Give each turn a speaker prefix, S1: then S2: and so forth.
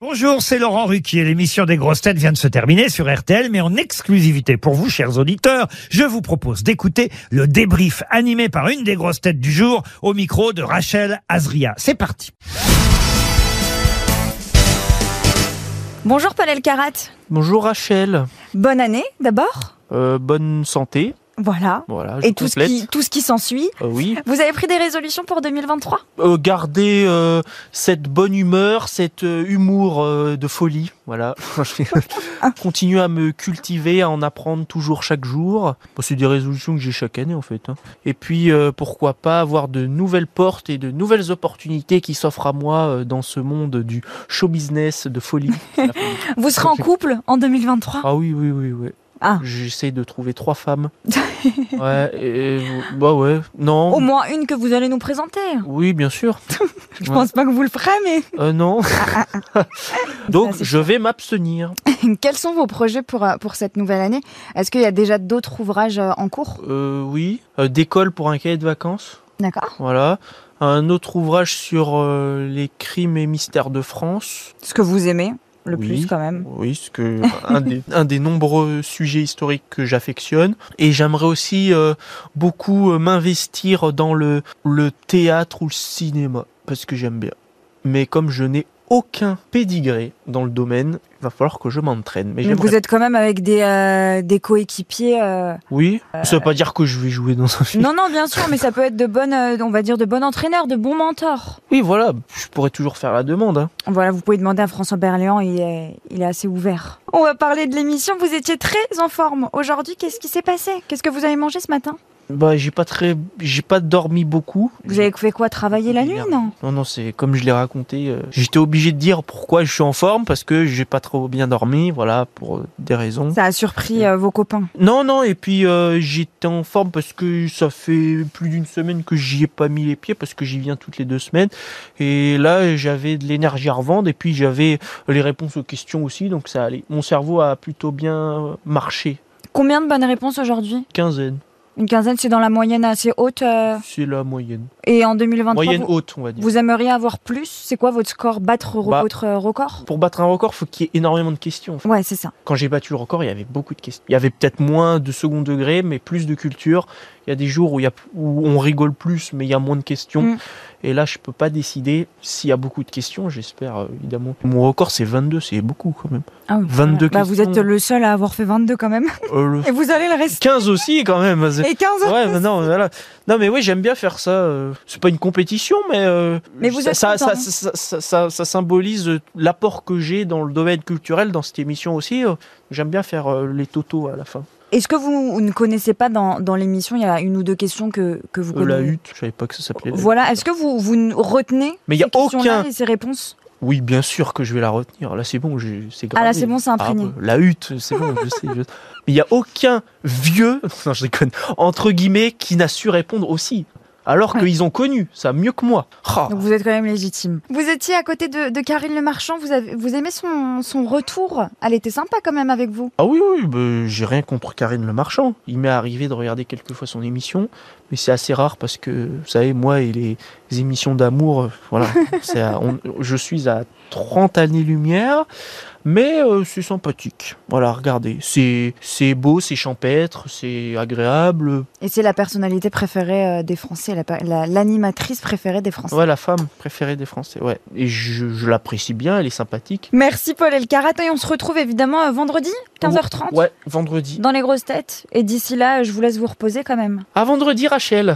S1: Bonjour, c'est Laurent Ruquier. L'émission des grosses têtes vient de se terminer sur RTL, mais en exclusivité pour vous, chers auditeurs, je vous propose d'écouter le débrief animé par une des grosses têtes du jour au micro de Rachel Azria. C'est parti.
S2: Bonjour Paul Elkarat.
S3: Bonjour Rachel.
S2: Bonne année d'abord.
S3: Euh, bonne santé.
S2: Voilà.
S3: Voilà, je
S2: Et tout ce
S3: complète.
S2: qui, tout ce qui s'ensuit.
S3: Euh, oui.
S2: Vous avez pris des résolutions pour 2023
S3: Euh, garder euh, cette bonne humeur, cet euh, humour euh, de folie. Voilà. Je vais Continuer à me cultiver, à en apprendre toujours chaque jour. Bon, C'est des résolutions que j'ai chaque année en fait. hein. Et puis euh, pourquoi pas avoir de nouvelles portes et de nouvelles opportunités qui s'offrent à moi euh, dans ce monde du show business de folie.
S2: Vous serez en couple en 2023
S3: Ah oui, oui, oui, oui.
S2: Ah.
S3: J'essaie de trouver trois femmes. ouais, et- bah ouais. Non.
S2: Au moins une que vous allez nous présenter.
S3: Oui, bien sûr.
S2: Je
S3: Ouais.
S2: pense pas que vous le ferez, mais
S3: Euh, non. Donc,
S2: Ah, Ça, c'est
S3: je vais m'abstenir.
S2: quels sont vos projets pour, euh, pour cette nouvelle année Est-ce qu'il y a déjà d'autres ouvrages euh, en cours
S3: Euh, oui. Euh, d'école pour un cahier de vacances.
S2: D'accord.
S3: Voilà. Un autre ouvrage sur euh, les crimes et mystères de France.
S2: Ce que vous aimez le
S3: Oui.
S2: plus quand même.
S3: Oui, c'est que un, des, un des nombreux sujets historiques que j'affectionne. Et j'aimerais aussi euh, beaucoup euh, m'investir dans le, le théâtre ou le cinéma, parce que j'aime bien. Mais comme je n'ai aucun pédigré dans le domaine, il va falloir que je m'entraîne. Mais
S2: Donc
S3: j'aimerais
S2: vous êtes quand même avec des, euh, des coéquipiers. euh,
S3: Oui, ça veut pas dire que je vais jouer dans un film.
S2: Non, non, bien sûr, mais ça peut être de bonnes, euh, on va dire, de bons entraîneurs, de bons mentors.
S3: Oui, voilà, je pourrais toujours faire la demande. hein.
S2: Voilà, vous pouvez demander à François Berléand, il est, il est assez ouvert. On va parler de l'émission, vous étiez très en forme. Aujourd'hui, qu'est-ce qui s'est passé Qu'est-ce que vous avez mangé ce matin
S3: Bah, j'ai pas très, j'ai pas dormi beaucoup.
S2: Vous avez fait quoi Travailler la nuit, non
S3: Non, non, c'est comme je l'ai raconté. euh, J'étais obligé de dire pourquoi je suis en forme parce que j'ai pas trop bien dormi, voilà, pour euh, des raisons.
S2: Ça a surpris euh, vos copains.
S3: Non, non, et puis euh, j'étais en forme parce que ça fait plus d'une semaine que j'y ai pas mis les pieds parce que j'y viens toutes les deux semaines. Et là, j'avais de l'énergie à revendre et puis j'avais les réponses aux questions aussi, donc ça allait. Mon cerveau a plutôt bien marché.
S2: Combien de bonnes réponses aujourd'hui
S3: Quinzaine.
S2: Une quinzaine, c'est dans la moyenne assez haute. euh,
S3: C'est la moyenne.
S2: et en 2023,
S3: Moyenne
S2: vous,
S3: haute, on va dire.
S2: vous aimeriez avoir plus C'est quoi votre score Battre re-
S3: Bah.
S2: votre euh, record
S3: Pour battre un record, faut qu'il y ait énormément de questions.
S2: Ouais, c'est ça.
S3: Quand j'ai battu le record, il y avait beaucoup de questions. Il y avait peut-être moins de second degré, mais plus de culture. Il y a des jours où, il y a, où on rigole plus, mais il y a moins de questions.
S2: Mm.
S3: Et là, je peux pas décider s'il y a beaucoup de questions, j'espère, euh, évidemment. Mon record, c'est 22, c'est beaucoup quand même.
S2: Ah oui.
S3: 22
S2: Bah, vous êtes
S3: questions.
S2: le seul à avoir fait 22 quand même.
S3: Euh, le
S2: Et vous allez le rester.
S3: 15 aussi, quand même. Ouais,
S2: Et 15
S3: mais non, voilà. Non, mais oui, j'aime bien faire ça. euh, C'est pas une compétition, mais, euh,
S2: Mais vous
S3: ça,
S2: êtes
S3: ça,
S2: content.
S3: ça, ça- ça- ça- ça symbolise euh, l'apport que j'ai dans le domaine culturel, dans cette émission aussi. euh. J'aime bien faire euh, les totos à la fin.
S2: Est-ce que vous ne connaissez pas dans, dans l'émission, il y a une ou deux questions que, que vous
S3: Euh,
S2: connaissez
S3: la hutte, je savais pas que ça s'appelait. la hutte.
S2: Voilà, est-ce que vous, vous ne retenez
S3: Mais il y a
S2: ces questions-là
S3: aucun-
S2: et ces réponses
S3: Oui, bien sûr que je vais la retenir. Là, c'est bon, j'ai- c'est
S2: Ah
S3: grave. bah,
S2: là, c'est bon, c'est imprégné.
S3: la hutte, c'est bon, je sais. je- Mais il n'y a aucun vieux, non, je déconne, entre guillemets, qui n'a su répondre aussi. Alors
S2: Ouais.
S3: qu'ils ont connu ça mieux que moi. Ah.
S2: Donc vous êtes quand même légitime. Vous étiez à côté de, de Karine Le Marchand, vous, avez, vous aimez son, son retour Elle était sympa quand même avec vous.
S3: Ah oui, oui, bah, j'ai rien contre Karine Le Marchand. Il m'est arrivé de regarder quelques fois son émission, mais c'est assez rare parce que, vous savez, moi et les émissions d'amour, euh, voilà, c'est à- on- je suis à 30 années-lumière, mais euh, c'est sympathique. Voilà, regardez, c'est c'est beau, c'est champêtre, c'est agréable.
S2: Et c'est la personnalité préférée euh, des Français, la per- la- l'animatrice préférée des Français.
S3: Ouais, la femme préférée des Français, ouais. Et je, je l'apprécie bien, elle est sympathique.
S2: Merci Paul Elkarat et on se retrouve évidemment euh, vendredi 15h30
S3: Ouais, vendredi.
S2: dans les grosses têtes. Et d'ici là, je vous laisse vous reposer quand même.
S3: À vendredi, Rachel